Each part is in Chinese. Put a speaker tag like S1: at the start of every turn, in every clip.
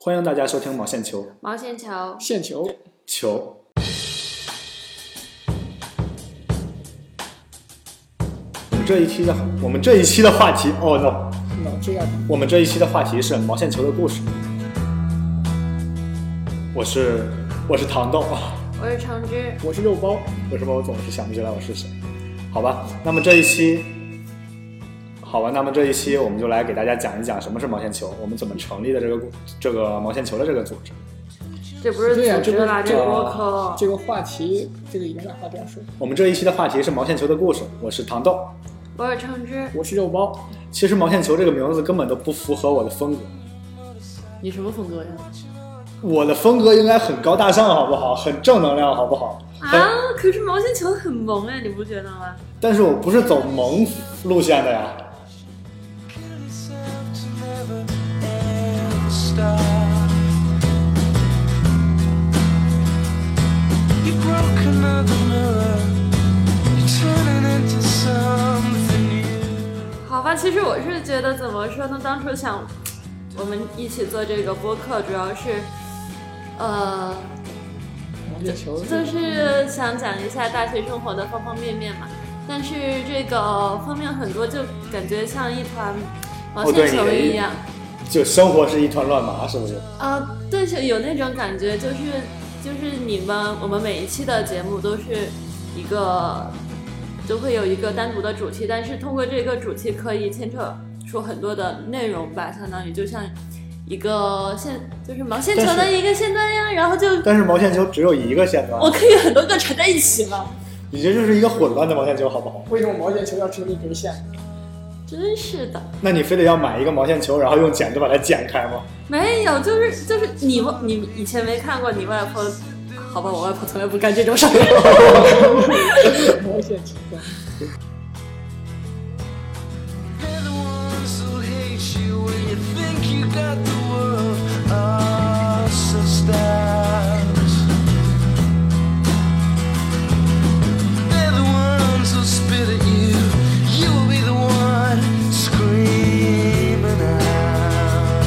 S1: 欢迎大家收听毛线球
S2: 毛线球，
S3: 线球，
S1: 球。我们这一期的我们这一期的话题，哦 no，
S3: 老这样
S1: 我们这一期的话题是毛线球的故事。我是我是糖豆，哦
S2: 我是橙汁，
S3: 我是肉包，
S1: 为什么我总是想不起来我是谁？好吧，那么这一期，好吧，那么这一期我们就来给大家讲一讲什么是毛线球，我们怎么成立的这个这个毛线球的这个组织。
S2: 这不是
S3: 对呀
S2: 组织啦，
S3: 这
S2: 这
S3: 不
S2: 是
S3: 是
S2: 播客。
S3: 这个话题，这个影响话标水。
S1: 我们这一期的话题是毛线球的故事，我是糖豆。
S2: 我是橙汁，
S3: 我是肉包，
S1: 其实毛线球这个名字根本都不符合我的风格，
S4: 你什么风格呀？
S1: 我的风格应该很高大上，好不好？很正能量，好不好？很，
S2: 啊，可是毛线球很萌哎，你不觉得吗？
S1: 但是我不是走萌路线的呀。
S5: You broke another mirror. You're turning into something new.
S2: 好吧，其实我是觉得怎么说呢，当初想我们一起做这个播客，主要是，呃，
S3: 毛线球
S2: 就是想讲一下大学生活的方方面面嘛。但是这个方面很多，就感觉像一团毛
S1: 哦对
S2: 线球
S1: 你的意
S2: 一样。
S1: 就生活是一团乱麻，是不是？
S2: 啊，对，是有那种感觉，就是就是你们我们每一期的节目都是一个，都会有一个单独的主题，但是通过这个主题可以牵扯出很多的内容吧，相当于就像一个线，就是毛线球
S1: 但
S2: 的
S1: 是
S2: 一个线段呀，然后就
S1: 但是毛线球只有一个线
S2: 我
S1: 段，
S2: 可以很多个缠在一起嘛，
S1: 你这就是一个混乱的毛线球，好不好？
S3: 为什么毛线球要只有一根线？
S2: 真是的。
S1: 那你非得要买一个毛线球，然后用剪子把它剪开吗？
S2: 没有，就是就是你外你以前没看过你外婆，好吧，我外婆从来不干这 种事儿。
S3: 毛线球，
S5: They're the ones who hate you when you think you got the world. Oh, so stars. They're the ones who spit at you. You will be the one screaming out.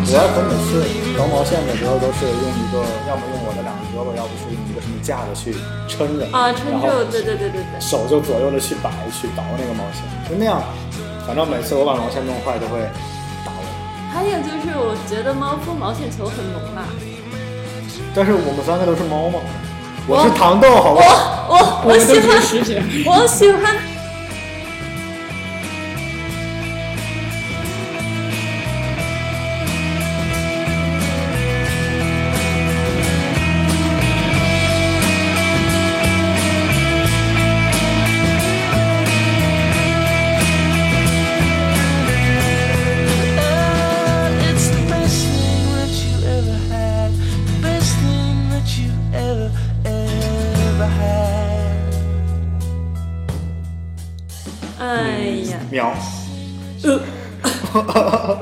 S1: 我外婆每次挠毛线的时候都是用一个，要么用我的两个胳膊，要不是用一个什么架子去撑着
S2: 啊，撑
S1: 然后
S2: 住，对对对对对，
S1: 手就左右的去摆去倒那个毛线，就那样。反正每次我把毛线弄坏都会打我，
S2: 还有就是我觉得猫扑毛线球很萌啊吧。
S1: 但是我们三个都是猫嘛，我是糖豆，好不好？
S2: 哦我
S3: 我
S2: 我
S3: 们都
S2: 喜
S3: 是
S2: 欢，
S3: 食品。
S2: 我喜欢。
S5: It's the best thing that you ever had. The best thing that you ever, ever had.
S2: 哎呀，
S1: 喵。
S2: 呃，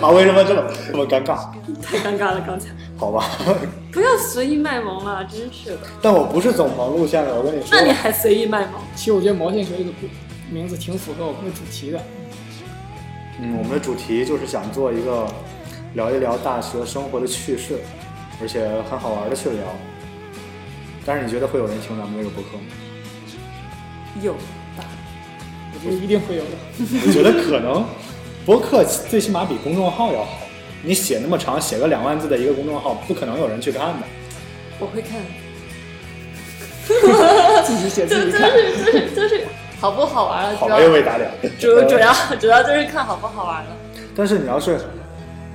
S1: 啊，为什么这么这么尴尬？
S2: 呃太尴尬了，刚才。
S1: 好吧，
S2: 不要随意卖萌了，真是的。
S1: 但我不是走萌路线的，我跟你说
S2: 那，你还随意卖萌？
S3: 其实我觉得毛线球这个名字挺符合我们的主题的。
S1: 嗯，我们的主题就是想做一个聊一聊大学生活的趣事，而且很好玩的去聊。但是你觉得会有人听咱们这个播客吗？
S2: 有。
S3: 我觉得一定会有的。
S1: 我觉得可能博客最起码比公众号要好。你写那么长，写个两万字的一个公众号，不可能有人去看的。
S2: 我会看。
S3: 自己写
S2: 就
S3: 自己
S2: 就
S3: 看，
S2: 是就是就是，好不好玩了？
S1: 好
S2: 主
S1: 吧，又
S2: 要
S1: 被打脸。呃
S2: 主主要主要就是看好不好玩了。
S1: 但是你要是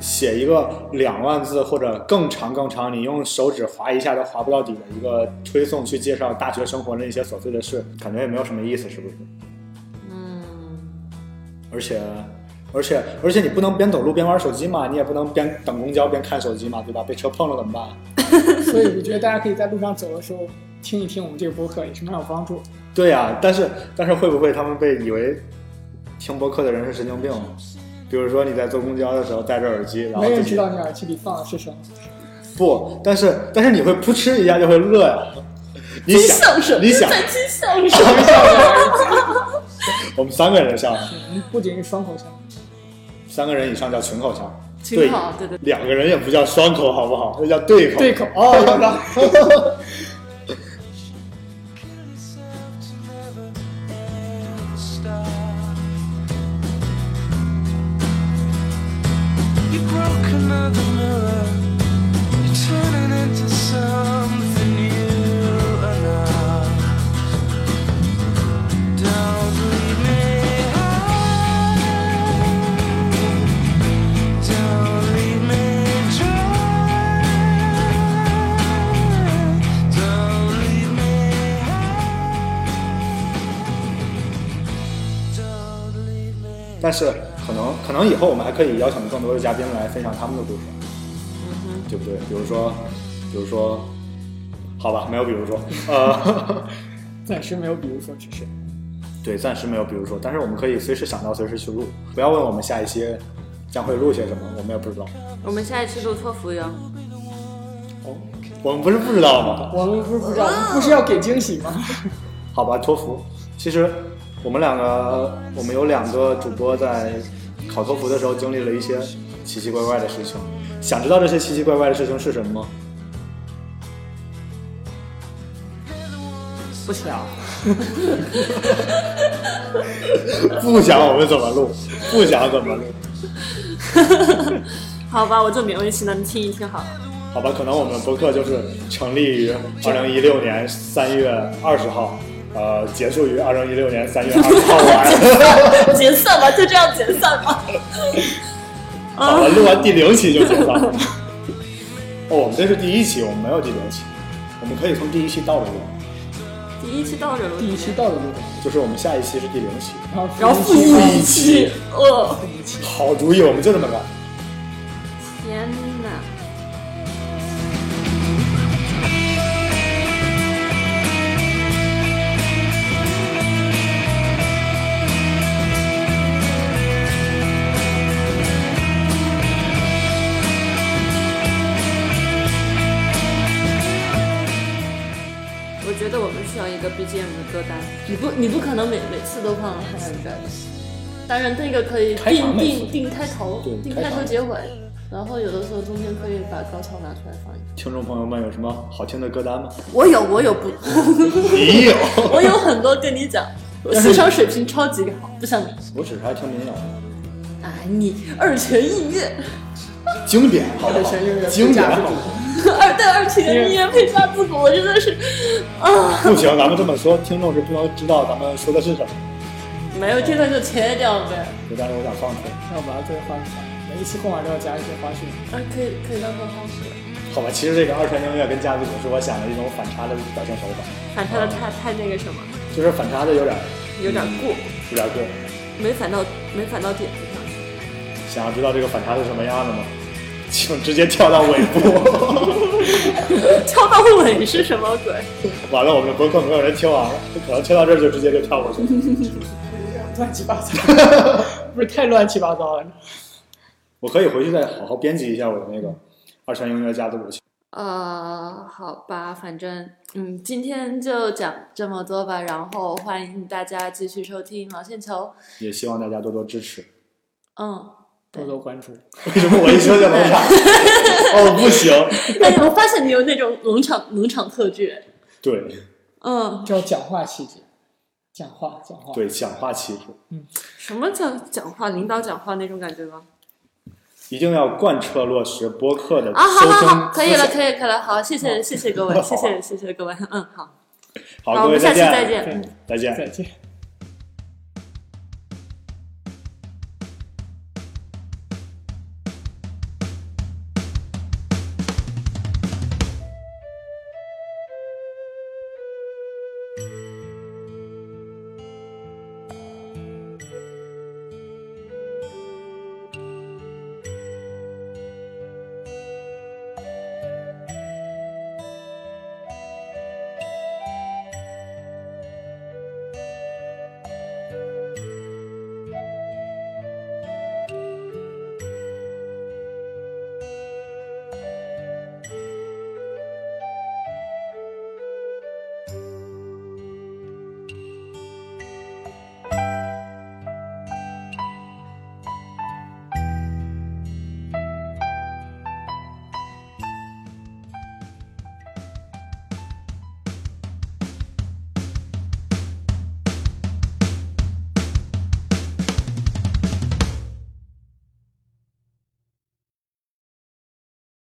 S1: 写一个两万字或者更长更长，你用手指划一下都划不到底的一个推送去介绍大学生活的一些琐碎的事，感觉也没有什么意思，是不是？
S2: 嗯，
S1: 而且，而且，而且你不能边走路边玩手机嘛，你也不能边等公交边看手机嘛，对吧？被车碰了怎么办？
S3: 所以我觉得大家可以在路上走的时候听一听我们这个播客，也是蛮有帮助。
S1: 对呀、但是但是会不会他们被以为听播客的人是神经病？比如说你在坐公交的时候戴着耳机，然后
S3: 没人
S1: 自己
S3: 知道你耳机里放的是什么。
S1: 不，但是但是你会扑哧一下就会乐呀、你
S2: 听相
S1: 想，
S2: 声，
S1: 你想，
S2: 在听相声。
S1: 我们三个人的相声，
S3: 嗯我们不仅是双口相声，
S1: 三个人以上叫群口相声，
S2: 挺好，对对对，
S1: 两个人也不叫双口，好不好？那叫对口。
S3: 对 口哦，原来
S5: You broke another mirror. You're turning into something you are not. Don't leave me high. Don't leave me dry. Don't leave me high. Don't leave me.
S1: 但是可能可能以后我们还可以邀请更多的嘉宾来分享他们的故事，对不对？比如说，比如说，好吧，没有比如说，呃，
S3: 暂时没有，比如说只是
S1: 对，暂时没有比如说，但是我们可以随时想到，随时去录。不要问我们下一期将会录些什么，我们也不知道。
S2: 我们下一期录托福哟。
S1: 哦，我们不是不知道吗？
S3: 我们不是不知道，不是要给惊喜吗？
S1: 好吧，托福。其实我们两个，我们有两个主播在考托福的时候经历了一些奇奇怪怪的事情。想知道这些奇奇怪怪的事情是什么吗？
S3: 不想，
S1: 不想我们怎么录，不想怎么录。
S2: 好吧，我这勉为其难听一听好了。
S1: 好吧，可能我们博客就是成立于二零一六年三月二十号，呃，结束于二零一六年三月二十号
S2: 哦
S1: 晚。
S2: 解散吧，就这样解散吧。
S1: 好了，录完第零期就解散了。哦，我们这是第一期，我们没有第零期，我们可以从第一期倒着录，
S2: 第一期到这
S3: 第
S2: 了，
S3: 一期到了就得，
S1: 就是我们下一期是第零期。
S3: 然后
S2: 然后
S3: 复
S2: 复
S3: 一
S2: 一
S3: 期
S2: 期，哦，
S3: 复一期，
S1: 好主意，我们就这么干。
S2: 天哪！我觉得我们需要一个 BGM 的歌单，你不你不可能每每次都放《海洋战士》，当然这个可以
S1: 开场
S2: 定
S1: 每次
S2: 定定开头
S1: 对，
S2: 定
S1: 开
S2: 开头
S1: 场
S2: 结尾，然后有的时候中间可以把高潮拿出来放一放。
S1: 听众朋友们，有什么好听的歌单吗？
S2: 我有我有不，
S1: 你有？
S2: 我有很多跟你讲，我欣赏水平超级好，不像你。
S1: 我只是爱听民谣，
S2: 哎，你二泉映月，
S1: 经典，好不
S3: 二
S1: 好
S3: 泉映月？
S1: 经典
S3: 不嫁
S1: 好
S3: 之
S1: 不
S3: 主
S1: 好，
S2: 二代二泉映月配发自古，我真的是啊，
S1: 不行，咱们这么说，听众是不能知道咱们说的是什么。
S2: 没有这个就切掉呗。
S1: 就但是我想放出来。
S3: 那我把它再换一下，每一期后面都要加一些花絮。
S2: 啊，可以可以当做方式，
S1: 好吧，其实这个二泉映月跟架子鼓是我想的一种反差的表现手法，
S2: 反差的太太那个什么，
S1: 就是反差的有点儿
S2: 有点过，
S1: 有点儿过。
S2: 没反到没反到点子上。
S1: 想要知道这个反差是什么样的吗？请直接跳到尾部。
S2: 跳到尾是什么鬼？
S1: 完了，我们的博客没有人听完了，可能听到这儿就直接就跳过去了。
S3: 乱七八糟，不是太乱七八糟了。
S1: 我可以回去再好好编辑一下我的那个二泉映月架子鼓。
S2: 呃，好吧，反正嗯，今天就讲这么多吧。然后欢迎大家继续收听毛线球。
S1: 也希望大家多多支持。
S2: 嗯，
S3: 多多关注，
S1: 为什么我一说就冷场？哦，不行，
S2: 哎，我发现你有那种农场农场特质。
S1: 对
S2: 嗯，
S3: 叫讲话细节，讲话讲话。
S1: 对，讲话气质
S2: 什么叫讲话领导讲话那种感觉吗？
S1: 一定要贯彻落实播客的
S2: 啊，好
S1: 收
S2: 好
S1: 听
S2: 好，可以了，
S1: 思想
S2: 可以了，可以了，好，谢谢谢谢各位，
S1: 好
S2: 谢谢谢谢各位，嗯，好，
S1: 好，
S2: 好，
S1: 各
S2: 我
S1: 位
S2: 们下
S1: 再
S2: 期
S1: 见，
S2: 再见。嗯
S1: 再
S3: 对，
S1: 见。
S3: 再见。